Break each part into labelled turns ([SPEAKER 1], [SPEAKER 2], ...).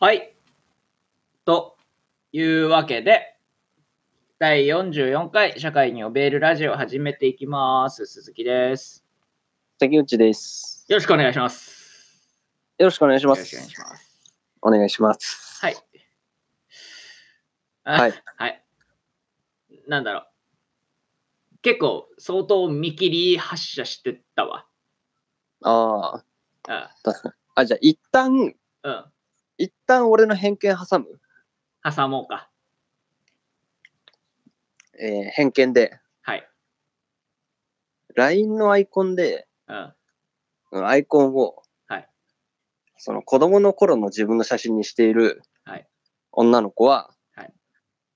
[SPEAKER 1] はい。というわけで、第44回社会に怯えるラジオ始めていきます。鈴木です。
[SPEAKER 2] 関口です。
[SPEAKER 1] よろしくお願いします。
[SPEAKER 2] よろしくお願いし
[SPEAKER 1] よ
[SPEAKER 2] ま
[SPEAKER 1] ろしくお願い
[SPEAKER 2] す
[SPEAKER 1] し。ます。
[SPEAKER 2] お願いします。
[SPEAKER 1] はい。あ
[SPEAKER 2] はい。
[SPEAKER 1] はい。なんだろう。結構相当見切り発車してったわ。
[SPEAKER 2] ああ、
[SPEAKER 1] あ
[SPEAKER 2] 確かに。あ、じゃあ、一旦、
[SPEAKER 1] うん。
[SPEAKER 2] 一旦俺の偏見挟む。
[SPEAKER 1] 挟もうか。
[SPEAKER 2] えー偏見で。
[SPEAKER 1] はい。
[SPEAKER 2] LINE のアイコンで、
[SPEAKER 1] うん。
[SPEAKER 2] うんアイコンを、
[SPEAKER 1] はい。
[SPEAKER 2] その子供の頃の自分の写真にしている、
[SPEAKER 1] はい
[SPEAKER 2] 女の子は、
[SPEAKER 1] はい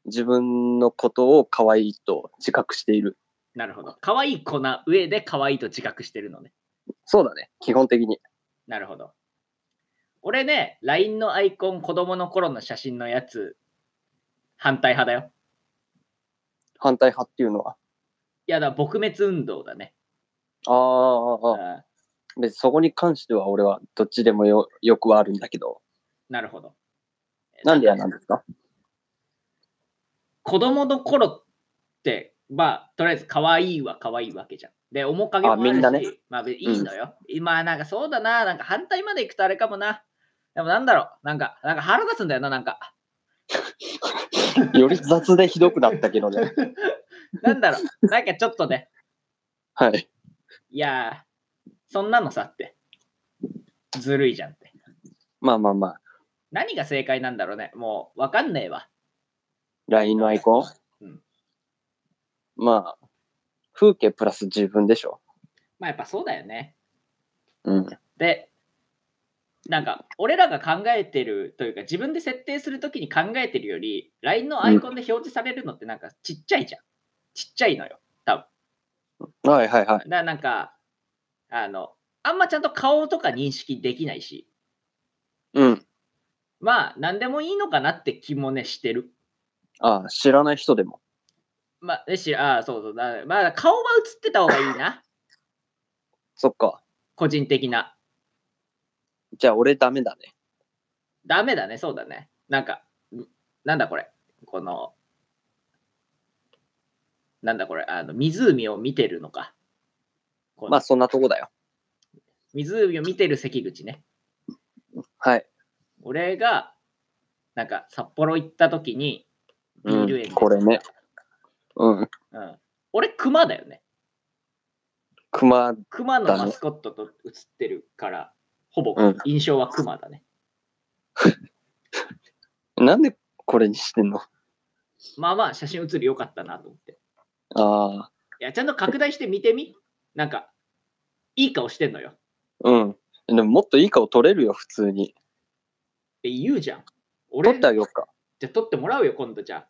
[SPEAKER 2] 自分のことを可愛いと自覚している。
[SPEAKER 1] なるほど。可愛い子な上で可愛いと自覚してるのね。
[SPEAKER 2] そうだね。基本的に。
[SPEAKER 1] なるほど。俺ね、LINE のアイコン、子供の頃の写真のやつ、反対派だよ。
[SPEAKER 2] 反対派っていうのは。
[SPEAKER 1] いやだ、撲滅運動だね。
[SPEAKER 2] ああ、ああ
[SPEAKER 1] あ
[SPEAKER 2] 別にそこに関しては俺はどっちでもよよくはあるんだけど。
[SPEAKER 1] なるほど。
[SPEAKER 2] なんで嫌なんですか
[SPEAKER 1] 子供の頃って、まあ、とりあえず可愛いは可愛いわけじゃん。で、面影もあるし、
[SPEAKER 2] あみんなね
[SPEAKER 1] まあ、別にいいのよ。今、なんかそうだな、なんか反対まで行くとあれかもな。でもなんだろう、なんか、なんか腹立つんだよな、なんか。
[SPEAKER 2] より雑でひどくなったけどね。
[SPEAKER 1] なんだろう、なんかちょっとね、
[SPEAKER 2] はい。
[SPEAKER 1] いやー、そんなのさって。ずるいじゃんって。
[SPEAKER 2] まあまあまあ、
[SPEAKER 1] 何が正解なんだろうね。もう、わかんねえわ。
[SPEAKER 2] LINE のアイコン。
[SPEAKER 1] うん
[SPEAKER 2] まあ、風景プラス自分でしょ。
[SPEAKER 1] まあ、やっぱそうだよね。
[SPEAKER 2] うん。
[SPEAKER 1] で、なんか、俺らが考えてるというか、自分で設定するときに考えてるより、LINE のアイコンで表示されるのってなんかちっちゃいじゃん。ちっちゃいのよ。
[SPEAKER 2] はいは
[SPEAKER 1] だ
[SPEAKER 2] いは
[SPEAKER 1] からなんか、あの、あんまちゃんと顔とか認識できないし、
[SPEAKER 2] い。うん。
[SPEAKER 1] まあ、なんでもいいのかなって気もね、してる。
[SPEAKER 2] ああ、知らない人でも。
[SPEAKER 1] まあ、えし、ああ、そうそうだ。まあ、顔は映ってた方がいいな。
[SPEAKER 2] そっか。
[SPEAKER 1] 個人的な。
[SPEAKER 2] じゃあ俺ダメだね。
[SPEAKER 1] ダメだね、そうだね。なんか、んなんだこれ。この、なんだこれ、あの、湖を見てるのか。この
[SPEAKER 2] まあそんなとこだよ。
[SPEAKER 1] 湖を見てる関口ね。
[SPEAKER 2] はい。
[SPEAKER 1] 俺が、なんか、札幌行った時に、ビ
[SPEAKER 2] う
[SPEAKER 1] ール園
[SPEAKER 2] ん、
[SPEAKER 1] で
[SPEAKER 2] これね。。うん。
[SPEAKER 1] うん。俺、熊だよね。
[SPEAKER 2] 熊、
[SPEAKER 1] 熊のマスコットと写ってるから、ほぼ
[SPEAKER 2] うん
[SPEAKER 1] 印象は熊だね。
[SPEAKER 2] なんでこれにしてんの
[SPEAKER 1] まあまあ、写真写りよかったなと思って。
[SPEAKER 2] ああ、
[SPEAKER 1] いや、ちゃんと拡大して見てみ。なんか、いい顔してんのよ。っ
[SPEAKER 2] うん。でももっといい顔撮れるよ、普通に。
[SPEAKER 1] て言うじゃん。俺
[SPEAKER 2] 撮ってあげようか。
[SPEAKER 1] じゃあ撮ってもらうよ、今度じゃ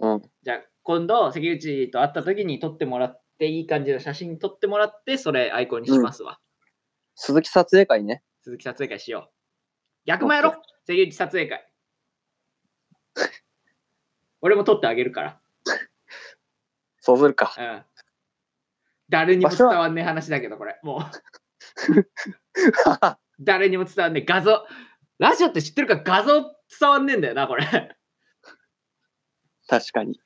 [SPEAKER 1] あ。
[SPEAKER 2] うん。
[SPEAKER 1] じゃあ今度、関口と会った時に撮ってもらって、いい感じの写真撮ってもらって、それアイコンにしますわ。
[SPEAKER 2] 鈴木撮影会ね。
[SPEAKER 1] 鈴木撮影会しよう。逆もやろう
[SPEAKER 2] オッ
[SPEAKER 1] 関口撮影会。俺も撮ってあげるか
[SPEAKER 2] そうするか。
[SPEAKER 1] ら。うん。誰にも伝わんねえ話だけど、これ。もう、誰にも伝わんねえ。画像。ラジオって知ってるから画像伝わんねえんだよな、これ。
[SPEAKER 2] 確かに。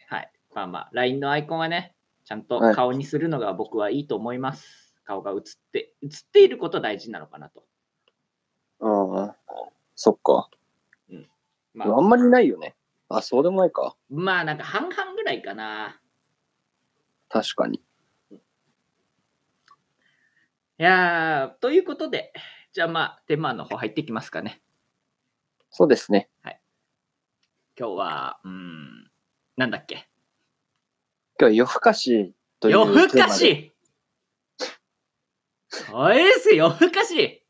[SPEAKER 1] まあまあ、LINE のアイコンはね、ちゃんと
[SPEAKER 2] はい
[SPEAKER 1] 顔にするのが僕はいいと思います。顔が映って、映っていること大事なのかなと。
[SPEAKER 2] うん。そっか。
[SPEAKER 1] ま
[SPEAKER 2] あ
[SPEAKER 1] あ、
[SPEAKER 2] んまりないよね。あ、そうでもないか。
[SPEAKER 1] まあなんか半々ぐらいかな。
[SPEAKER 2] 確かに。
[SPEAKER 1] いやー、ということで、じゃあまあ、テーマの方入っていきますかね。
[SPEAKER 2] そうですね。
[SPEAKER 1] 今日は、うーん、なんだっけ。
[SPEAKER 2] 今日は夜更かしという
[SPEAKER 1] 夜更
[SPEAKER 2] テー
[SPEAKER 1] か
[SPEAKER 2] マで
[SPEAKER 1] しおいっす、夜更かし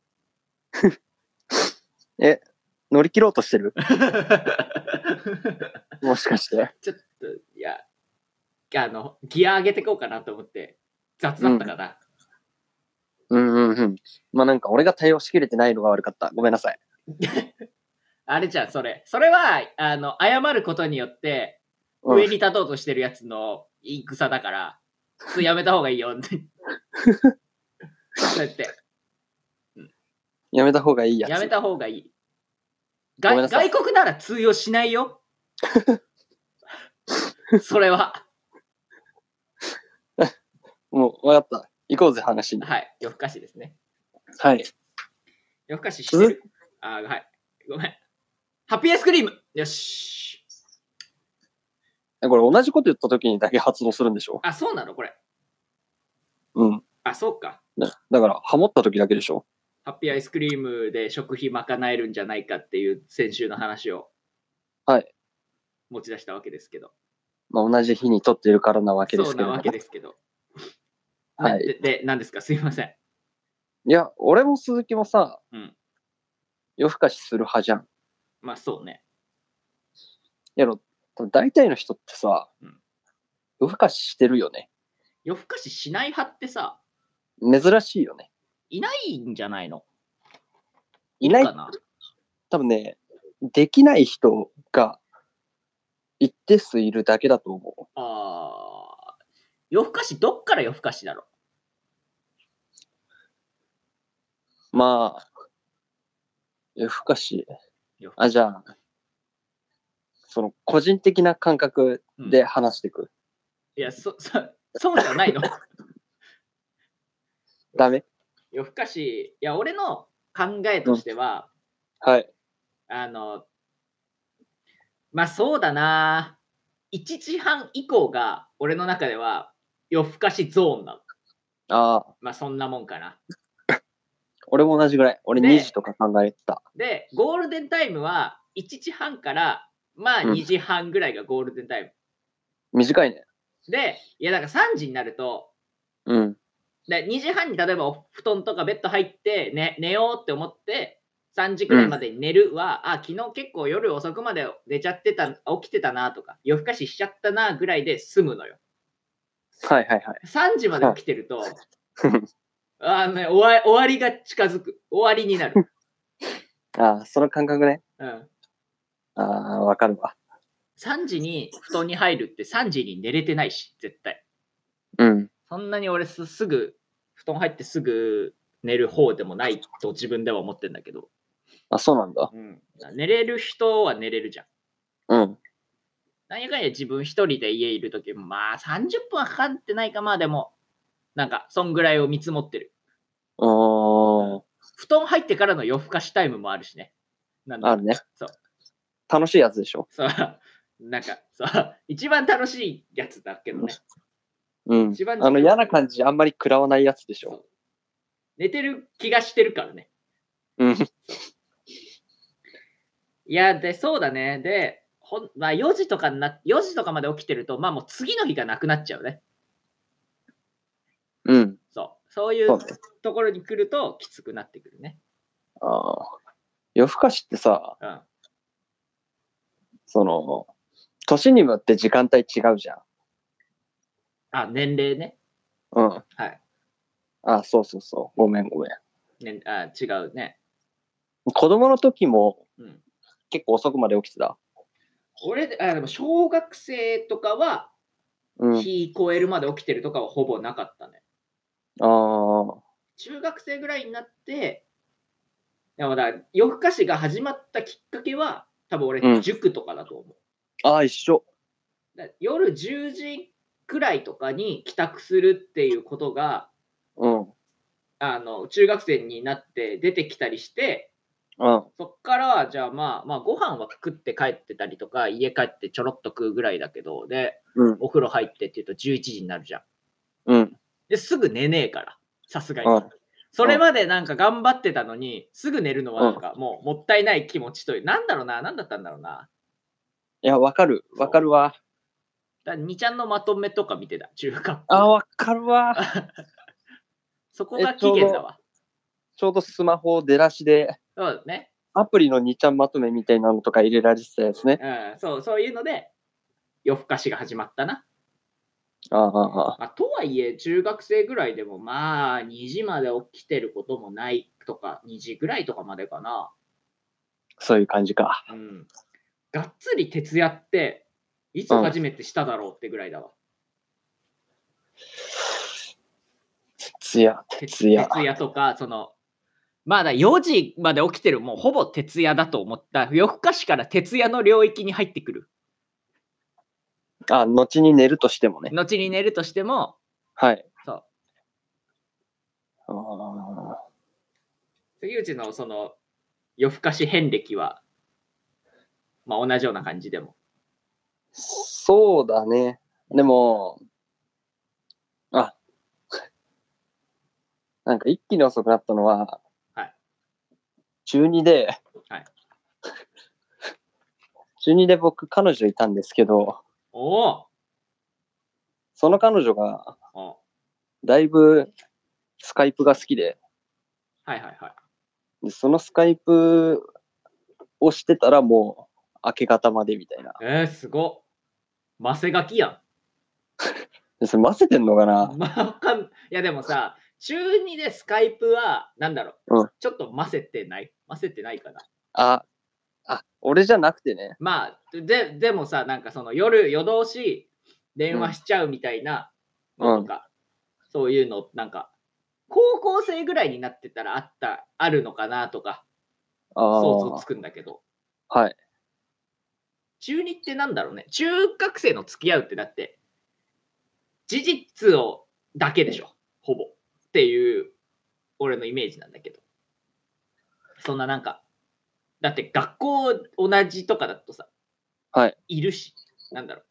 [SPEAKER 2] 乗り切ろうとし てるもしかして。
[SPEAKER 1] ちょっと、いや、あの、ギア上げてこうかなと思って、雑だったかな。
[SPEAKER 2] うんうんうん。まあなんか俺が対応しきれてないのが悪かった。ごめんなさい。
[SPEAKER 1] あれじゃん、それ。それは、あの、謝ることによって、
[SPEAKER 2] うん
[SPEAKER 1] 上に立とうとしてるやつの言い草だから、普通やめた方がい いよって。そうやって、
[SPEAKER 2] やめた方がいいやつ。
[SPEAKER 1] やめた方がいい。
[SPEAKER 2] ごめん
[SPEAKER 1] 外
[SPEAKER 2] なさい
[SPEAKER 1] 外国なら通用しない よ。それは。
[SPEAKER 2] もう、わかった。行こうぜ、話に。
[SPEAKER 1] はい。夜更かしですね。
[SPEAKER 2] はい。
[SPEAKER 1] 夜更かししてる。あーはい。ごめん。ハッピーアイスクリームよし。
[SPEAKER 2] これ、同じこと言った時にだけ発動するんでしょ
[SPEAKER 1] あ、そうなのこれ。
[SPEAKER 2] うん。
[SPEAKER 1] あ、そうか。
[SPEAKER 2] だだから、ハモった時だけでしょ
[SPEAKER 1] ハッピーアイスクリームで食費賄えるんじゃないかっていう先週の話を。
[SPEAKER 2] はい。
[SPEAKER 1] 持ち出したわけですけど。
[SPEAKER 2] まあ、同じ日に撮っているからなわけで
[SPEAKER 1] そう
[SPEAKER 2] すけれ
[SPEAKER 1] な
[SPEAKER 2] ども
[SPEAKER 1] わ。けですけど。
[SPEAKER 2] は
[SPEAKER 1] で
[SPEAKER 2] い。
[SPEAKER 1] で、何ですか すいません。
[SPEAKER 2] いや、俺も鈴木もさ、
[SPEAKER 1] うん
[SPEAKER 2] 夜更かしする派じゃん。
[SPEAKER 1] まあそうね。
[SPEAKER 2] やろ、多分大体の人ってさ、
[SPEAKER 1] うん
[SPEAKER 2] 夜更かししてるよね。
[SPEAKER 1] 夜更かししない派ってさ、
[SPEAKER 2] 珍しいよね。
[SPEAKER 1] いないんじゃないの
[SPEAKER 2] いない
[SPEAKER 1] か、な
[SPEAKER 2] 多分ね、できない人が一定数いるだけだと思う。
[SPEAKER 1] ああ。夜更かし、どっから夜更かしだろ
[SPEAKER 2] まあ、夜更かし
[SPEAKER 1] 夜。更
[SPEAKER 2] あ、じゃあ、その個人的な感覚
[SPEAKER 1] う、うん
[SPEAKER 2] で話していく。
[SPEAKER 1] いや、そ、そ、そうじゃ ないの。
[SPEAKER 2] ダメ
[SPEAKER 1] 夜更かし、いや、俺の考えとしては、
[SPEAKER 2] はい。
[SPEAKER 1] あの、まあそうだな。1時半以降が、俺の中では夜更かしゾーンなの。
[SPEAKER 2] ああ、
[SPEAKER 1] まあそんなもんかな。
[SPEAKER 2] 俺も同じぐらい。俺
[SPEAKER 1] ね
[SPEAKER 2] 2時とか考えてた。
[SPEAKER 1] で、ゴールデンタイムは1時半から、まあ
[SPEAKER 2] うん
[SPEAKER 1] 2時半ぐらいがゴールデンタイム。
[SPEAKER 2] 短いね。
[SPEAKER 1] で、いや、だから3時になると、
[SPEAKER 2] うん。
[SPEAKER 1] で2時半に例えばお布団とかベッド入って、ね、寝ようって思って3時くらいまでに寝るは、あ昨日結構夜遅くまで寝ちゃってた起きてたなとか夜更かししちゃったなぐらいで済むのよ
[SPEAKER 2] はいはいはい。
[SPEAKER 1] 3時まで起きてるとあの、ね、終わ終わりが近づく終わりになる、
[SPEAKER 2] ああ、その感覚ね。
[SPEAKER 1] うん、
[SPEAKER 2] ああ、わかるわ。
[SPEAKER 1] 3時に布団に入るって3時に寝れてないし絶対
[SPEAKER 2] うん。
[SPEAKER 1] そんなに俺すすぐ布団入ってすぐ寝る方でもないと自分では思ってんだけど、
[SPEAKER 2] あ、そうなんだ。
[SPEAKER 1] うん、寝れる人は寝れるじゃん
[SPEAKER 2] うん。
[SPEAKER 1] なんやかんや自分一人で家いるとき、まあ30分はかかってないか、まあでも、なんか、そんぐらいを見積もってる。
[SPEAKER 2] おー、
[SPEAKER 1] 布団入ってからの夜更かしタイムもあるしね。なんだ
[SPEAKER 2] あるね。
[SPEAKER 1] そう。
[SPEAKER 2] 楽しいやつでしょ。
[SPEAKER 1] そう、なんか、そう、一番楽しいやつだけどね。
[SPEAKER 2] うん
[SPEAKER 1] 一。番
[SPEAKER 2] あの嫌な感じ、あんまり食らわないやつでしょ。
[SPEAKER 1] そう寝てる気がしてるからね。
[SPEAKER 2] うん。
[SPEAKER 1] いや、で、そうだね。で、ほんまあ、4時とかにな、4時とかまで起きてると、まあもう次の日がなくなっちゃうね。
[SPEAKER 2] うん。
[SPEAKER 1] そう。そうい
[SPEAKER 2] そううね
[SPEAKER 1] ところに来るときつくなってくるね。
[SPEAKER 2] ああ。夜更かしってさ、
[SPEAKER 1] うん。
[SPEAKER 2] その、年によって時間帯違うじゃん。
[SPEAKER 1] あ、年齢ね。
[SPEAKER 2] うん。
[SPEAKER 1] はい。
[SPEAKER 2] あ、そうそうそう。ごめんごめん。
[SPEAKER 1] ね、あ違うね。
[SPEAKER 2] 子供の時も
[SPEAKER 1] うん
[SPEAKER 2] 結構遅くまで起きてた。
[SPEAKER 1] 俺あでも小学生とかは
[SPEAKER 2] うん。
[SPEAKER 1] 日超えるまで起きてるとかはほぼなかったね。
[SPEAKER 2] ああ。
[SPEAKER 1] 中学生ぐらいになって、でもだから夜更かしが始まったきっかけは、多分
[SPEAKER 2] う
[SPEAKER 1] 俺、
[SPEAKER 2] ん
[SPEAKER 1] 塾とかだと思う。
[SPEAKER 2] ああ、一緒。
[SPEAKER 1] だから夜10時くらいとかに帰宅するっていうことが、
[SPEAKER 2] うん。うん。
[SPEAKER 1] あの中学生になって出てきたりして、
[SPEAKER 2] あ
[SPEAKER 1] そっからは、じゃあまあ、まあ、ご飯は食って帰ってたりとか、家帰ってちょろっと食うぐらいだけど、で、
[SPEAKER 2] うん
[SPEAKER 1] お風呂入ってっていうと11時になるじゃん。
[SPEAKER 2] うん。
[SPEAKER 1] で、すぐ寝ねえから、さすがに
[SPEAKER 2] うん。
[SPEAKER 1] それまでなんか頑張ってたのに、すぐ寝るのはなんかもうもったいない気持ちという、なんだろうな、なんだったんだろうな。
[SPEAKER 2] いや、わかる。わかるわ。
[SPEAKER 1] だ2ちゃんのまとめとか見てた、中学
[SPEAKER 2] ああ、
[SPEAKER 1] 校。
[SPEAKER 2] わかるわ。
[SPEAKER 1] そこが期限だわ。
[SPEAKER 2] ちょうどスマホ出だしで、
[SPEAKER 1] そうだね、
[SPEAKER 2] アプリの2ちゃんまとめみたいなのとか入れられてたやつね。
[SPEAKER 1] うん。そう、そういうので、夜更かしが始まったな。
[SPEAKER 2] ああああ、
[SPEAKER 1] まあ、とはいえ、中学生ぐらいでもまあ、2時まで起きてることもないとか、2時ぐらいとかまでかな。
[SPEAKER 2] そういう感じか。
[SPEAKER 1] うん。がっつり徹夜って、いつ初めてしただろうってぐらいだわ。
[SPEAKER 2] 徹夜、
[SPEAKER 1] 徹
[SPEAKER 2] 徹夜。
[SPEAKER 1] 徹夜とか、その、まあだ4時まで起きてる、もうほぼ徹夜だと思った。夜更かしから徹夜の領域に入ってくる。
[SPEAKER 2] あ、後に寝るとしてもね。
[SPEAKER 1] 後に寝るとしても、
[SPEAKER 2] はい。
[SPEAKER 1] そう
[SPEAKER 2] あー
[SPEAKER 1] 杉内のその夜更かし遍歴は、まあ同じような感じでも。
[SPEAKER 2] そうだね。でも、あ、 なんか一気に遅くなったのは、
[SPEAKER 1] はい
[SPEAKER 2] 中2で、
[SPEAKER 1] はい
[SPEAKER 2] 中2で僕彼女いたんですけど、
[SPEAKER 1] おー
[SPEAKER 2] その彼女が
[SPEAKER 1] おー
[SPEAKER 2] だいぶスカイプが好きで、
[SPEAKER 1] はいはいはい。
[SPEAKER 2] でそのスカイプをしてたらもう明け方までみたいな。
[SPEAKER 1] えー、すごっ。マセガキやん。
[SPEAKER 2] でそれ混ぜてんのかな
[SPEAKER 1] まあ、わかんいやでもさ、中2でスカイプは、なんだろう、
[SPEAKER 2] うん
[SPEAKER 1] ちょっと混ぜてない混ぜてないかな。
[SPEAKER 2] あ、あ、俺じゃなくてね。
[SPEAKER 1] まあ、ででもさ、なんかその夜夜通し電話しちゃうみたいなのとか、そういうの、なんか、高校生ぐらいになってたらあった、あるのかなとか、
[SPEAKER 2] あ
[SPEAKER 1] 想像
[SPEAKER 2] あ
[SPEAKER 1] つ、くんだけど、
[SPEAKER 2] はい。
[SPEAKER 1] 中2ってなんだろうね、中学生の付き合うってだって、事実をだけでしょ、ほぼ。っていう、俺のイメージなんだけど。そんななんか、だって学校同じとかだとさ、
[SPEAKER 2] はい。
[SPEAKER 1] るし、なんだろう。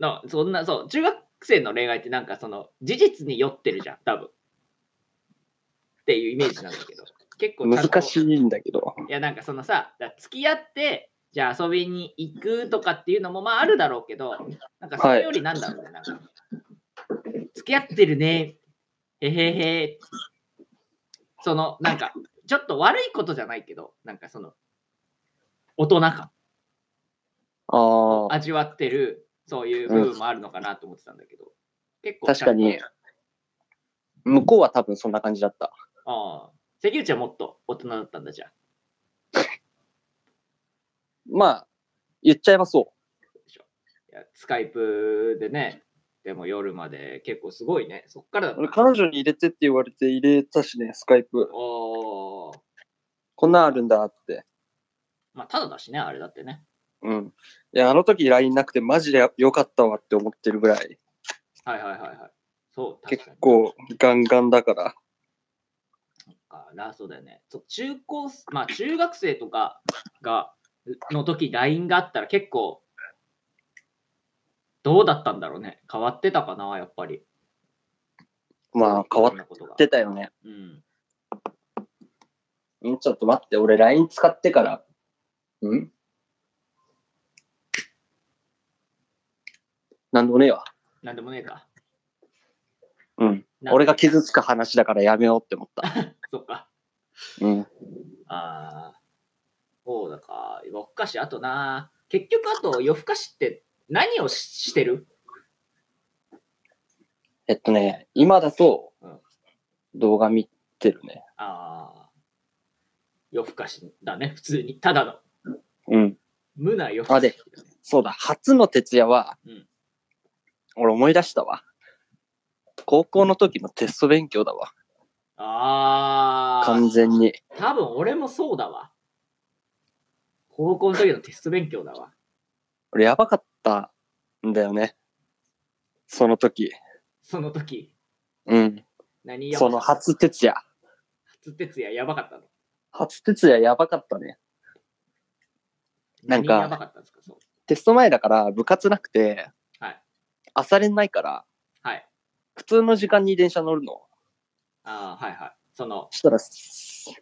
[SPEAKER 1] なそんな、そう、中学生の恋愛ってなんかその、事実に酔ってるじゃん、多分。っていうイメージなんだけど。結構ちゃんと
[SPEAKER 2] 難しいんだけど。
[SPEAKER 1] いやなんかそのさだ付き合ってじゃあ遊びに行くとかっていうのもまああるだろうけどなんかそれよりなんだろうね、なんか付き合ってるねへへへそのなんかちょっと悪いことじゃないけどなんかその大人感
[SPEAKER 2] ああ、
[SPEAKER 1] 味わってるそういう部分もあるのかなと思ってたんだけど、結構ちゃん
[SPEAKER 2] 確
[SPEAKER 1] と
[SPEAKER 2] かに。向こうは多分そんな感じだった。
[SPEAKER 1] ああ関口はもっと大人だったんだじゃあ
[SPEAKER 2] まあ、言っちゃえばそ
[SPEAKER 1] いやスカイプでねでも夜まで結構すごいねそっからだ
[SPEAKER 2] う。
[SPEAKER 1] った
[SPEAKER 2] 俺彼女に入れてって言われて入れたしね、スカイプ。
[SPEAKER 1] おー
[SPEAKER 2] こんなんあるんだって。
[SPEAKER 1] まあ、ただだしね、あれだってね。
[SPEAKER 2] うん。いや、あの時 LINE なくてマジで良かったわって思ってるぐらい、
[SPEAKER 1] はいはいはいはい。そう、確
[SPEAKER 2] 結
[SPEAKER 1] かに。
[SPEAKER 2] 構ガンガンだから。
[SPEAKER 1] あら、そうだよね。そう中高生、まあ、中学生とかが、の時 LINE があったら結構、どうだったんだろうね。変わってたかな、やっぱり。
[SPEAKER 2] まあ、変わっ
[SPEAKER 1] いろんなことが
[SPEAKER 2] てたよね。
[SPEAKER 1] うん。
[SPEAKER 2] んちょっと待って、俺 LINE 使ってから。んなんでもねえわ。
[SPEAKER 1] なんでもねえか。
[SPEAKER 2] うん。
[SPEAKER 1] なん
[SPEAKER 2] 俺が傷つく話だからやめようって思った。
[SPEAKER 1] そっか。
[SPEAKER 2] うん。
[SPEAKER 1] ああ。そうだか。夜更かし、あとな。結局、あと夜更かしって何をししてる
[SPEAKER 2] えっとね、今だと
[SPEAKER 1] うん
[SPEAKER 2] 動画見てるね。
[SPEAKER 1] ああ。夜更かしだね、普通に。ただの。
[SPEAKER 2] うん。
[SPEAKER 1] 無な夜更かし。
[SPEAKER 2] そうだ、初の徹夜は、
[SPEAKER 1] うん
[SPEAKER 2] 俺思い出したわ。高校の時のテスト勉強だわ。
[SPEAKER 1] ああ。
[SPEAKER 2] 完全に。
[SPEAKER 1] 多分俺もそうだわ。高校の時のテスト勉強だわ。
[SPEAKER 2] 俺やばかったんだよね。その時。
[SPEAKER 1] その時。
[SPEAKER 2] うん。
[SPEAKER 1] 何やば
[SPEAKER 2] その初徹夜。
[SPEAKER 1] 初徹夜やばかったの。
[SPEAKER 2] 初徹夜やばかったね。なんか
[SPEAKER 1] 何やばかったんですかそう。
[SPEAKER 2] テスト前だから部活なくて、
[SPEAKER 1] はい
[SPEAKER 2] 朝練ないから、
[SPEAKER 1] はい。
[SPEAKER 2] 普通の時間に電車乗るの。
[SPEAKER 1] ああ、はいはい。その、
[SPEAKER 2] したら、す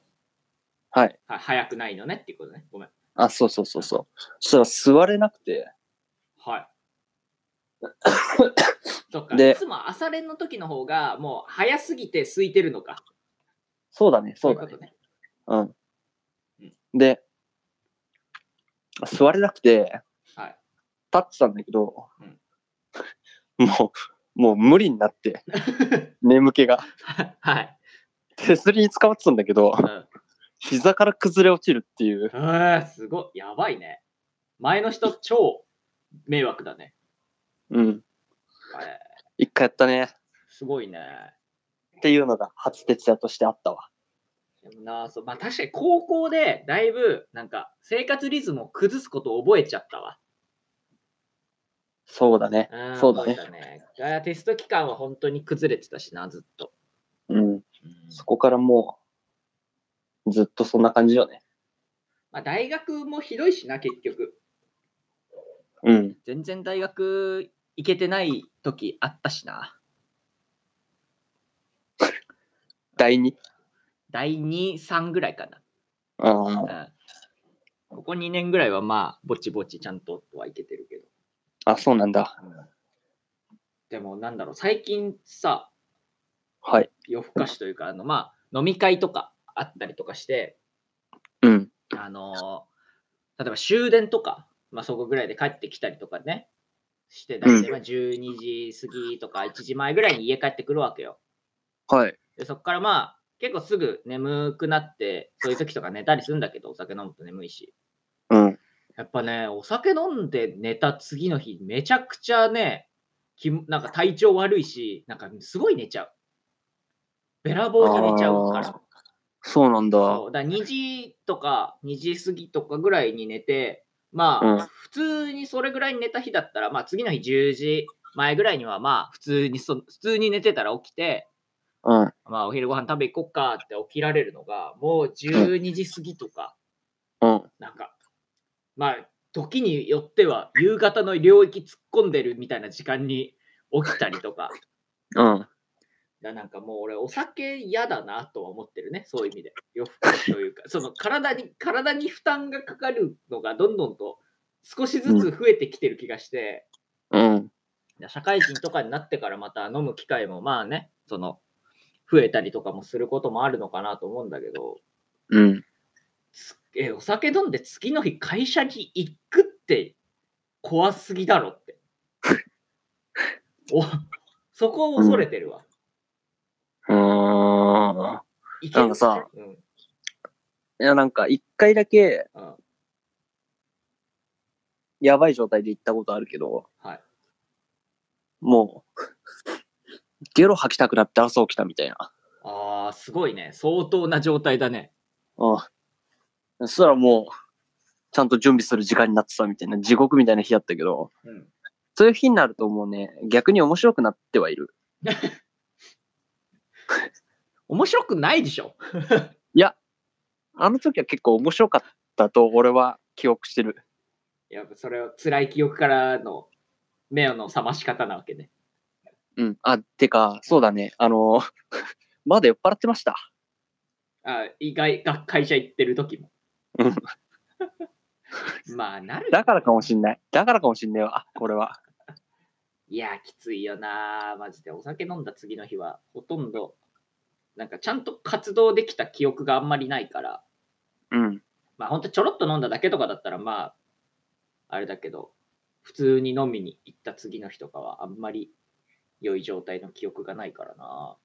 [SPEAKER 2] はい。
[SPEAKER 1] は早くないのねっていうことね。ごめん。
[SPEAKER 2] あ、そうそうそうそう。そしたら座れなくて、
[SPEAKER 1] はい。そっか。
[SPEAKER 2] で
[SPEAKER 1] いつも朝練の時の方が、もう早すぎて空いてるのか。
[SPEAKER 2] そうだね、そう
[SPEAKER 1] い
[SPEAKER 2] だ
[SPEAKER 1] こ
[SPEAKER 2] ね
[SPEAKER 1] と。ね。
[SPEAKER 2] うん。で、座れなくて、
[SPEAKER 1] はい
[SPEAKER 2] 立ってたんだけど、
[SPEAKER 1] うん
[SPEAKER 2] もう、もう無理になって、眠気が。
[SPEAKER 1] はい。
[SPEAKER 2] 手すりに捕まってたんだけど
[SPEAKER 1] う、ん
[SPEAKER 2] 膝から崩れ落ちるっていう。
[SPEAKER 1] えー、すごい。やばいね。前の人、超迷惑だね。
[SPEAKER 2] うん。
[SPEAKER 1] あれ
[SPEAKER 2] 一回やったね。
[SPEAKER 1] すごいね。
[SPEAKER 2] っていうのが初徹夜としてあったわ。
[SPEAKER 1] でもなそうまあ、確かに高校でだいぶなんか生活リズムを崩すことを覚えちゃったわ。
[SPEAKER 2] そうだね。
[SPEAKER 1] ん
[SPEAKER 2] そうだね
[SPEAKER 1] 覚えたねだからテスト期間は本当に崩れてたしな、ずっと。
[SPEAKER 2] うん。そこからもう、ずっとそんな感じよね。
[SPEAKER 1] まあ、大学もひどいしな、結局。
[SPEAKER 2] うん。
[SPEAKER 1] 全然大学行けてない時あったしな。
[SPEAKER 2] 第二
[SPEAKER 1] 第2、3ぐらいか
[SPEAKER 2] ああ、
[SPEAKER 1] な。うん、ここ2年ぐらいはまあ、ぼちぼちちゃんとはいけてるけど。
[SPEAKER 2] あ、そうなんだ。
[SPEAKER 1] でも、なんだろう、最近さ、
[SPEAKER 2] はい。
[SPEAKER 1] 夜更かしというか、あのまあ、飲み会とかあったりとかして、
[SPEAKER 2] うん。
[SPEAKER 1] あのー例えば終電とか、まあ、そこぐらいで帰ってきたりとかね、して、だいたいまあ12時過ぎとか1時前ぐらいに家帰ってくるわけよ。
[SPEAKER 2] はい。
[SPEAKER 1] で、そこからまあ、結構すぐ眠くなって、そういう時とか寝たりするんだけど、お酒飲むと眠いし。
[SPEAKER 2] うん。
[SPEAKER 1] やっぱね、お酒飲んで寝た次の日、めちゃくちゃね、きなんか体調悪いし、なんかすごい寝ちゃう。べらぼうに寝ちゃうから
[SPEAKER 2] あー。そうなんだ。
[SPEAKER 1] そうだから2時とか2時過ぎとかぐらいに寝て、まあ、
[SPEAKER 2] うん
[SPEAKER 1] 普通にそれぐらいに寝た日だったら、まあ、次の日10時前ぐらいには、まあ、普通にそ、普通に寝てたら起きて、
[SPEAKER 2] うん。
[SPEAKER 1] まあ、お昼ご飯食べ行こっかって起きられるのが、もう12時過ぎとか、
[SPEAKER 2] うん。
[SPEAKER 1] なんか、まあ、時によっては夕方の領域突っ込んでるみたいな時間に起きたり とか、
[SPEAKER 2] うん。
[SPEAKER 1] だなんかもう俺お酒嫌だなとは思ってるねそういう意味で夜更かしと いうかその体に体に負担がかかるのがどんどんと少しずつ増えてきてる気がして、
[SPEAKER 2] うん。
[SPEAKER 1] 社会人とかになってからまた飲む機会もまあねその増えたりとかもすることもあるのかなと思うんだけど
[SPEAKER 2] うん。
[SPEAKER 1] つえお酒飲んで次の日会社に行くって怖すぎだろっておそこを恐れてるわ、
[SPEAKER 2] うーん。
[SPEAKER 1] いける
[SPEAKER 2] なんかさ
[SPEAKER 1] うん
[SPEAKER 2] いや、なんか、一回だけ、
[SPEAKER 1] うん
[SPEAKER 2] やばい状態で行ったことあるけど、
[SPEAKER 1] はい
[SPEAKER 2] もう、 ゲロ吐きたくなって朝起きたみたいな。
[SPEAKER 1] ああ、すごいね。相当な状態だね。
[SPEAKER 2] うん。そしたらもう、ちゃんと準備する時間になってたみたいな、地獄みたいな日だったけど、
[SPEAKER 1] うん。
[SPEAKER 2] そういう日になるともうね、逆に面白くなってはいる。
[SPEAKER 1] 面白くないでしょ。
[SPEAKER 2] あの時は結構面白かったと俺は記憶してる。
[SPEAKER 1] やっぱそれは辛い記憶からの目の覚まし方なわけね。
[SPEAKER 2] うん。あ、てか、そうだね。あの、 まだ酔っ払ってました。
[SPEAKER 1] あ意外が会社行ってる時も。
[SPEAKER 2] うん。
[SPEAKER 1] まあ、なる。
[SPEAKER 2] だからかもしんない。だからかもしんないわ、これは。
[SPEAKER 1] いや、きついよな。マジで。お酒飲んだ次の日は、ほとんど、なんかちゃんと活動できた記憶があんまりないから、
[SPEAKER 2] うん。
[SPEAKER 1] まあ、ほんとちょろっと飲んだだけとかだったら、まあ、あれだけど、普通に飲みに行った次の日とかは、あんまり良い状態の記憶がないからな。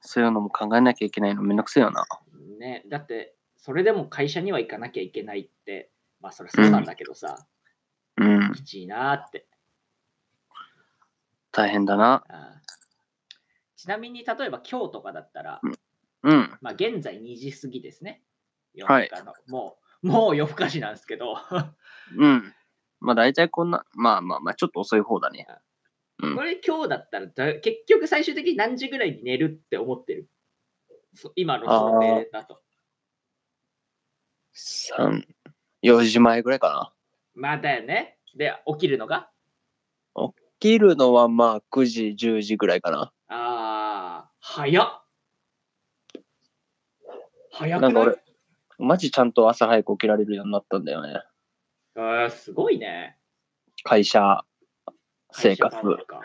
[SPEAKER 2] そういうのも考えなきゃいけないのめんどくせえよな。
[SPEAKER 1] ね、だって、それでも会社には行かなきゃいけないって、まあ、そりゃそうなんだけどさ、
[SPEAKER 2] うん。
[SPEAKER 1] きちいなーって。
[SPEAKER 2] 大変だな。
[SPEAKER 1] あーちなみに、例えば今日とかだったら、
[SPEAKER 2] うん。
[SPEAKER 1] まあ、現在2時過ぎですね。夜
[SPEAKER 2] はい
[SPEAKER 1] 中のもう、もう夜更かしなんですけど、
[SPEAKER 2] うん。まあ大体こんな、まあまあまあ、ちょっと遅い方だね。うん
[SPEAKER 1] これ今日だったらだ結局最終的に何時ぐらいに寝るって思ってるそ今の想定だと。
[SPEAKER 2] 三4時前ぐらいかな。
[SPEAKER 1] まあだよね。で、起きるのが
[SPEAKER 2] 切るのはまあ9時、10時ぐらいかな。
[SPEAKER 1] ああ、早っ早
[SPEAKER 2] な
[SPEAKER 1] く
[SPEAKER 2] んか
[SPEAKER 1] な
[SPEAKER 2] 俺
[SPEAKER 1] る、
[SPEAKER 2] マジちゃんと朝早く起きられるようになったんだよね。
[SPEAKER 1] あーすごいね。
[SPEAKER 2] 会社生活
[SPEAKER 1] 会社とか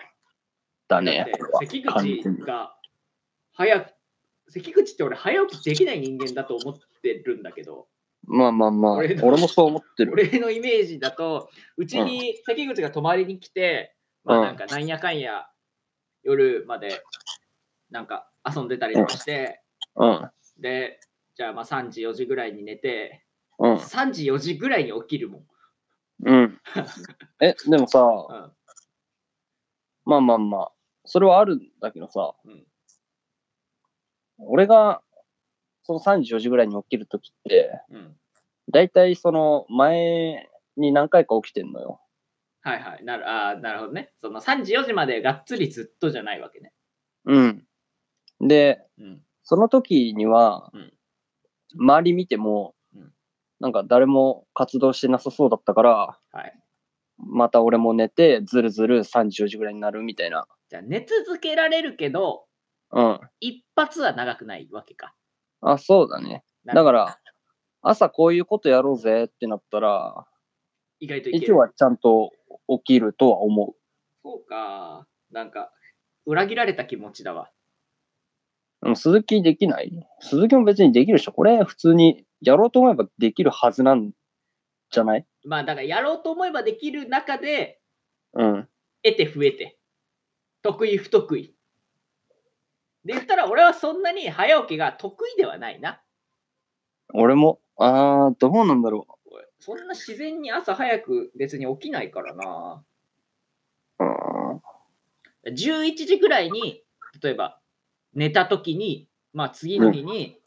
[SPEAKER 2] だね。
[SPEAKER 1] だって関口が早く、関口って俺早起きできない人間だと思ってるんだけど、
[SPEAKER 2] まあまあまあ、
[SPEAKER 1] 俺
[SPEAKER 2] 俺
[SPEAKER 1] の
[SPEAKER 2] もそう思ってる。
[SPEAKER 1] 俺のイメージだと、うちに関口が泊まりに来て、まあ
[SPEAKER 2] うん
[SPEAKER 1] なんかなんやかんや夜までなんか遊んでたりとかして、
[SPEAKER 2] うん。
[SPEAKER 1] で、じゃあまあ3時4時ぐらいに寝て、
[SPEAKER 2] うん。
[SPEAKER 1] 3時4時ぐらいに起きるもん。
[SPEAKER 2] うん。え、でもさ、
[SPEAKER 1] うん
[SPEAKER 2] まあまあまあ、それはあるんだけどさ、
[SPEAKER 1] うん
[SPEAKER 2] 俺が、その34時ぐらいに起きるときって、
[SPEAKER 1] うん。
[SPEAKER 2] だいたいその前に何回か起きてんのよ。
[SPEAKER 1] はいはい。なるあーなるほどね。その3時、4時までがっつりずっとじゃないわけね。
[SPEAKER 2] うん。で、
[SPEAKER 1] うん。
[SPEAKER 2] その時には、
[SPEAKER 1] うん
[SPEAKER 2] 周り見ても、
[SPEAKER 1] うん
[SPEAKER 2] なんか誰も活動してなさそうだったから、
[SPEAKER 1] はい。
[SPEAKER 2] また俺も寝て、ずるずる34時ぐらいになるみたいな。
[SPEAKER 1] じゃあ、寝続けられるけど、
[SPEAKER 2] うん。
[SPEAKER 1] 一発は長くないわけか。
[SPEAKER 2] あ、そうだね。
[SPEAKER 1] なるほ
[SPEAKER 2] だか
[SPEAKER 1] ど
[SPEAKER 2] ら、朝こういうことやろうぜってなったら、
[SPEAKER 1] 意外といけ
[SPEAKER 2] 息
[SPEAKER 1] る。
[SPEAKER 2] はちゃんと起きるとは思
[SPEAKER 1] そうか。なんか、裏切られた気持ちだわ。
[SPEAKER 2] う。でも鈴木できない鈴木も別にできるでしょ。これ普通にやろうと思えばできるはずなんじゃない
[SPEAKER 1] まあ、だから、やろうと思えばできる中で、
[SPEAKER 2] うん。
[SPEAKER 1] 得て増えて。得意、不得意。で言ったら、俺はそんなに早起きが得意ではないな。
[SPEAKER 2] 俺も、あー、どうなんだろ
[SPEAKER 1] 俺そんな自然に朝早く別に起きないからな。
[SPEAKER 2] う。うん。
[SPEAKER 1] 11時ぐらいに、例えば寝た時に、まあ次の日に、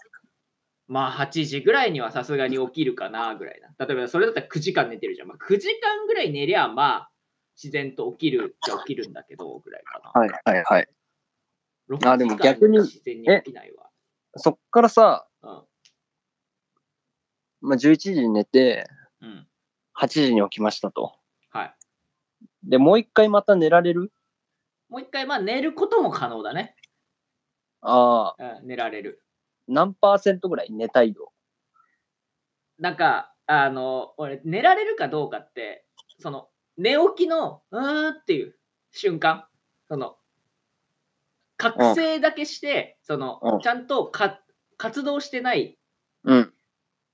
[SPEAKER 1] まあ8時ぐらいにはさすがに起きるかなぐらいな。例えばそれだったら9時間寝てるじゃん。まあ、9時間ぐらい寝りゃ、まあ自然と起きるじゃ起きるんだけどぐらいかな。
[SPEAKER 2] はいはいはい。
[SPEAKER 1] 6
[SPEAKER 2] あでも逆に
[SPEAKER 1] 自然に起きないわ。
[SPEAKER 2] そっからさ、
[SPEAKER 1] うん
[SPEAKER 2] まあ、11時に寝て、
[SPEAKER 1] うん。
[SPEAKER 2] 8時に起きましたと。
[SPEAKER 1] はい。
[SPEAKER 2] で、もう一回また寝られる
[SPEAKER 1] もう一回、まあ寝ることも可能だね。
[SPEAKER 2] ああ、
[SPEAKER 1] うん、寝られる。
[SPEAKER 2] 何パーセントぐらい寝たいよ。
[SPEAKER 1] なんか、あの、俺、寝られるかどうかって、その、寝起きの、うーんっていう瞬間、その、覚醒だけして、その、
[SPEAKER 2] うん
[SPEAKER 1] ちゃんとか活動してない、
[SPEAKER 2] うん。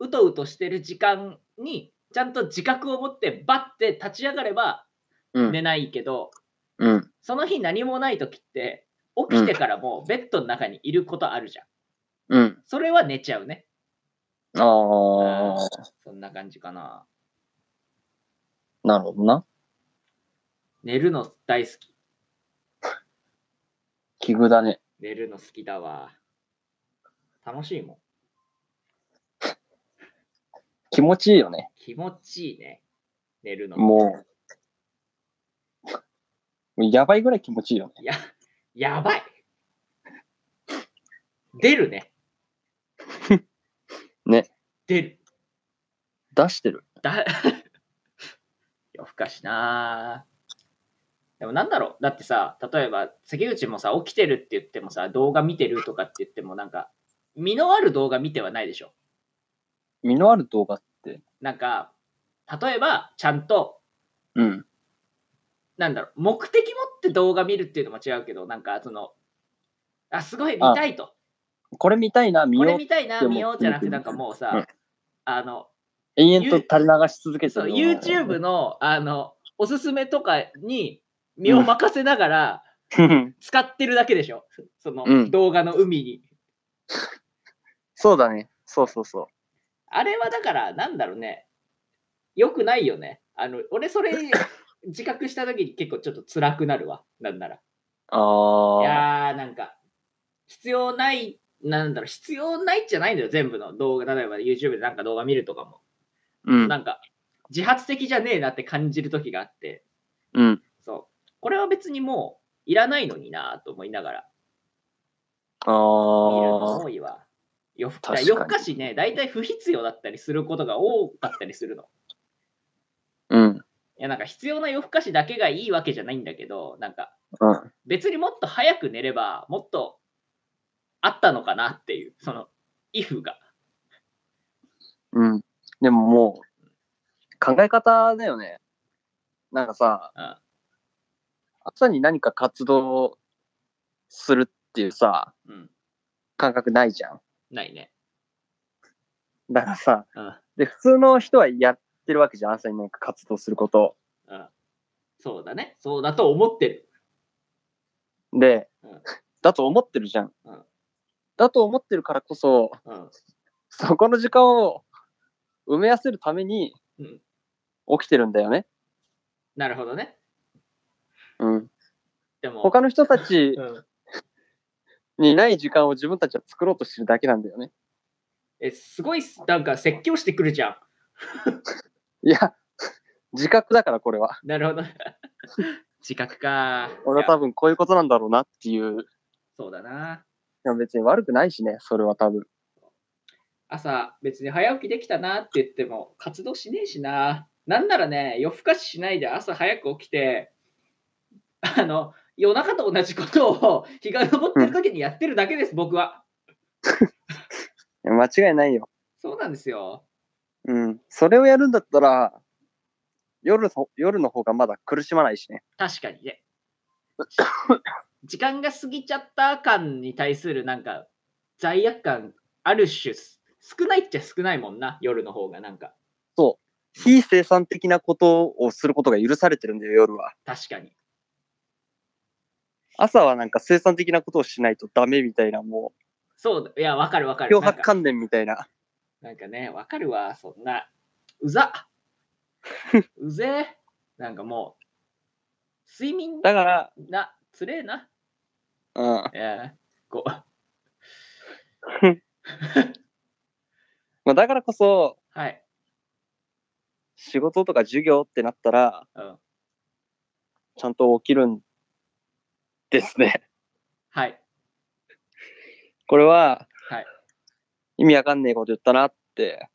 [SPEAKER 1] うとうとしてる時間に、ちゃんと自覚を持って、バッて立ち上がれば
[SPEAKER 2] うん。
[SPEAKER 1] 寝ないけど、
[SPEAKER 2] うん。
[SPEAKER 1] その日何もない時って、起きてからもうベッドの中にいることあるじゃん。
[SPEAKER 2] うん。
[SPEAKER 1] それは寝ちゃうね。
[SPEAKER 2] ああ、
[SPEAKER 1] そんな感じかな。
[SPEAKER 2] なるほどな。
[SPEAKER 1] 寝るの大好き。
[SPEAKER 2] 奇遇だね。
[SPEAKER 1] 寝るの好きだわ。楽しいもん。
[SPEAKER 2] 気持ちいいよね。
[SPEAKER 1] 気持ちいいね。寝るの。
[SPEAKER 2] もう。やばいぐらい気持ちいいよね。
[SPEAKER 1] や、やばい。出るね。
[SPEAKER 2] ね。
[SPEAKER 1] 出る。
[SPEAKER 2] 出してる。
[SPEAKER 1] だ 夜更かしなぁでもなんだろうだってさ、例えば関口もさ、起きてるって言ってもさ、動画見てるとかって言ってもなんか、身のある動画見てはないでしょ。
[SPEAKER 2] 身のある動画。
[SPEAKER 1] なんか、例えばちゃんと
[SPEAKER 2] うん。
[SPEAKER 1] なんだろう、目的持って動画見るっていうのも違うけど、なんかその、あ、すごい見たいと。
[SPEAKER 2] これ見たいな、見
[SPEAKER 1] こ
[SPEAKER 2] よ
[SPEAKER 1] れ
[SPEAKER 2] う。
[SPEAKER 1] 見たいな、
[SPEAKER 2] でも
[SPEAKER 1] 見ようじゃなくて、なんかもうさ、
[SPEAKER 2] うん
[SPEAKER 1] あの、
[SPEAKER 2] 延々と垂れ流し続けて
[SPEAKER 1] その
[SPEAKER 2] る。
[SPEAKER 1] YouTube の、あの、おすすめとかに身を任せながら
[SPEAKER 2] うん。
[SPEAKER 1] 使ってるだけでしょ。その、
[SPEAKER 2] うん
[SPEAKER 1] 動画の海に。
[SPEAKER 2] そうだね。そうそうそう。
[SPEAKER 1] あれはだから、なんだろうね、よくないよね。あの、俺 それ、自覚した時に結構ちょっと辛くなるわ、なんなら。い
[SPEAKER 2] ああ。
[SPEAKER 1] やー、なんか、必要ない、なんだろう、必要ないじゃないんだよ、全部の動画。例えば YouTube でなんか動画見るとかも。
[SPEAKER 2] うん。
[SPEAKER 1] なんか、自発的じゃねえなって感じる時があって、
[SPEAKER 2] うん。
[SPEAKER 1] そう。これは別にもう、いらないのになぁと思いながら
[SPEAKER 2] あ
[SPEAKER 1] 見るの
[SPEAKER 2] あ。
[SPEAKER 1] 多いわ。夜更
[SPEAKER 2] 確
[SPEAKER 1] か
[SPEAKER 2] かに
[SPEAKER 1] 夜更かしね、大体不必要だったりすることが多かったりするの。
[SPEAKER 2] うん。
[SPEAKER 1] いや、なんか必要な夜更かしだけがいいわけじゃないんだけど、なんか、
[SPEAKER 2] うん。
[SPEAKER 1] 別にもっと早く寝れば、もっとあったのかなっていう、その、イフが。
[SPEAKER 2] うん。でももう、考え方だよね。なんかさ、
[SPEAKER 1] うん
[SPEAKER 2] 朝に何か活動するっていうさ、
[SPEAKER 1] うん、
[SPEAKER 2] 感覚ないじゃん。
[SPEAKER 1] ないね。
[SPEAKER 2] だからさ、
[SPEAKER 1] うん、
[SPEAKER 2] で、普通の人はやってるわけじゃん。朝に何か活動すること。
[SPEAKER 1] うん。そうだね。そうだと思ってる。
[SPEAKER 2] で、
[SPEAKER 1] うん
[SPEAKER 2] だと思ってるじゃん。
[SPEAKER 1] うん
[SPEAKER 2] だと思ってるからこそ、
[SPEAKER 1] うん。
[SPEAKER 2] そこの時間を埋め合わせるために
[SPEAKER 1] うん
[SPEAKER 2] 起きてるんだよね。
[SPEAKER 1] なるほどね。
[SPEAKER 2] うん。
[SPEAKER 1] でも、
[SPEAKER 2] 他の人たち
[SPEAKER 1] うん、
[SPEAKER 2] にない時間を自分たちは作ろうとしてるだけなんだよね。
[SPEAKER 1] えすごいなんか説教してくるじゃん。
[SPEAKER 2] いや、 自覚だからこれは。
[SPEAKER 1] なるほど。 自覚か。
[SPEAKER 2] 俺はい
[SPEAKER 1] や
[SPEAKER 2] 多分こういうことなんだろうなっていう。
[SPEAKER 1] そうだな。
[SPEAKER 2] でも別に悪くないしね、それは多分。
[SPEAKER 1] 朝、別に早起きできたなって言っても、活動しねえしな。なんならね、夜更かししないで朝早く起きて、あの、夜中と同じことを 日が昇ってる時にやってるだけです、僕は。
[SPEAKER 2] いや間違いないよ。
[SPEAKER 1] そうなんですよ。
[SPEAKER 2] うん。それをやるんだったら、夜の夜の方がまだ苦しまないしね。
[SPEAKER 1] 確かにね。時間が過ぎちゃった感に対するなんか罪悪感ある種す少ないっちゃ少ないもんな夜の方がなんか
[SPEAKER 2] 非生産的なことをすることが許されてるんだよ、夜は。
[SPEAKER 1] 確かに
[SPEAKER 2] 朝はなんか生産的なことをしないとダメみたいな、も
[SPEAKER 1] そうだいやわかるわか
[SPEAKER 2] う、
[SPEAKER 1] る
[SPEAKER 2] 脅
[SPEAKER 1] なん
[SPEAKER 2] 迫
[SPEAKER 1] か
[SPEAKER 2] 観念みたいな。
[SPEAKER 1] なんかねわかるわそんなうざ うぜえなんかもう睡眠
[SPEAKER 2] だから、
[SPEAKER 1] なつれえな
[SPEAKER 2] うん。
[SPEAKER 1] ええこう
[SPEAKER 2] まあ、だからこそ、
[SPEAKER 1] はい
[SPEAKER 2] 仕事とか授業ってなったら、
[SPEAKER 1] うん
[SPEAKER 2] ちゃんと起きるんですね。
[SPEAKER 1] はい
[SPEAKER 2] これは、
[SPEAKER 1] はい
[SPEAKER 2] 意味わかんねえこと言ったなって。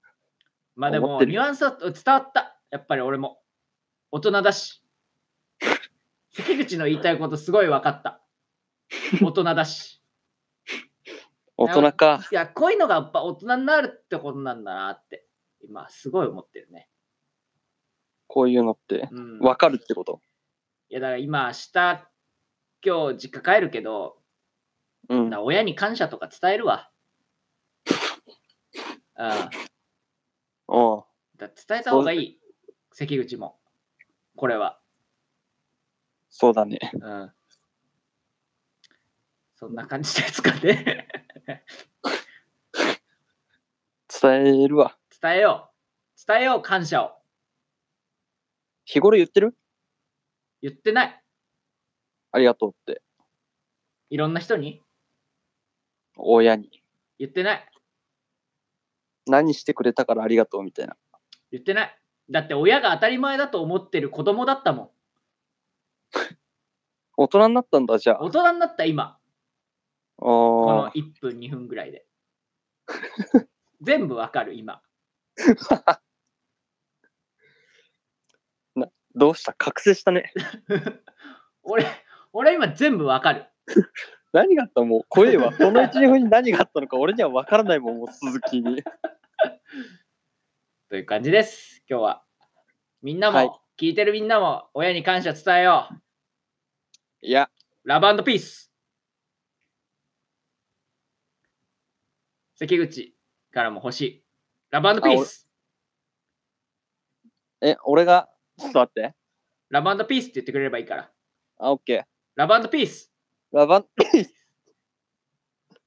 [SPEAKER 1] まあで
[SPEAKER 2] 思っ
[SPEAKER 1] も
[SPEAKER 2] てる
[SPEAKER 1] ニュアンスは伝わったやっぱり俺も大人だし関口の言いたいことすごい分かった大人だし
[SPEAKER 2] 大人か。
[SPEAKER 1] いやこういうのがやっぱ大人になるってことなんだなって今すごい思ってるね
[SPEAKER 2] こういうのって。
[SPEAKER 1] うん
[SPEAKER 2] わかるってこと。
[SPEAKER 1] いやだから今明日今日実家帰るけど
[SPEAKER 2] うん。
[SPEAKER 1] な親に感謝とか伝えるわうん
[SPEAKER 2] おう
[SPEAKER 1] だ伝えた方がいい関口もこれは
[SPEAKER 2] そうだね。
[SPEAKER 1] うんそんな感じですかね。
[SPEAKER 2] 伝えるわ。
[SPEAKER 1] 伝えよう。伝えよう、感謝を。
[SPEAKER 2] 日頃言ってる
[SPEAKER 1] 言ってない。
[SPEAKER 2] ありがとうって。
[SPEAKER 1] いろんな人に
[SPEAKER 2] 親に。
[SPEAKER 1] 言ってない。
[SPEAKER 2] 何してくれたからありがとうみたいな。
[SPEAKER 1] 言ってない。だって親が当たり前だと思ってる子供だったもん。
[SPEAKER 2] 大人になったんだ、じゃあ。
[SPEAKER 1] 大人になった今、こ
[SPEAKER 2] お
[SPEAKER 1] の
[SPEAKER 2] ー
[SPEAKER 1] 1分、2分ぐらいで。 全部わかる今。
[SPEAKER 2] どうした覚醒したね。
[SPEAKER 1] 俺、俺今全部わかる。
[SPEAKER 2] 何があったもう怖えわ。この1、2分に何があったのか俺には分からないもん、もう鈴木に。
[SPEAKER 1] という感じです。今日は。みんなも、
[SPEAKER 2] はい
[SPEAKER 1] 聞いてるみんなも、親に感謝伝えよう。
[SPEAKER 2] いや、
[SPEAKER 1] ラブピース関口からも欲しい。ラブピース
[SPEAKER 2] え、俺が、ちょっと待って。
[SPEAKER 1] ラブピースって言ってくれればいいから。
[SPEAKER 2] あ、オッケー。
[SPEAKER 1] ラブピース
[SPEAKER 2] ラバン、